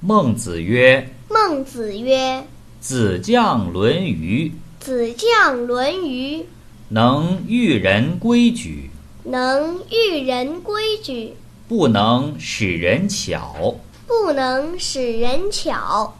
孟子曰孟子曰：“子将《论语》：“子将《论语》，能育人规矩，能育人规矩，不能使人巧。”不能使人巧。”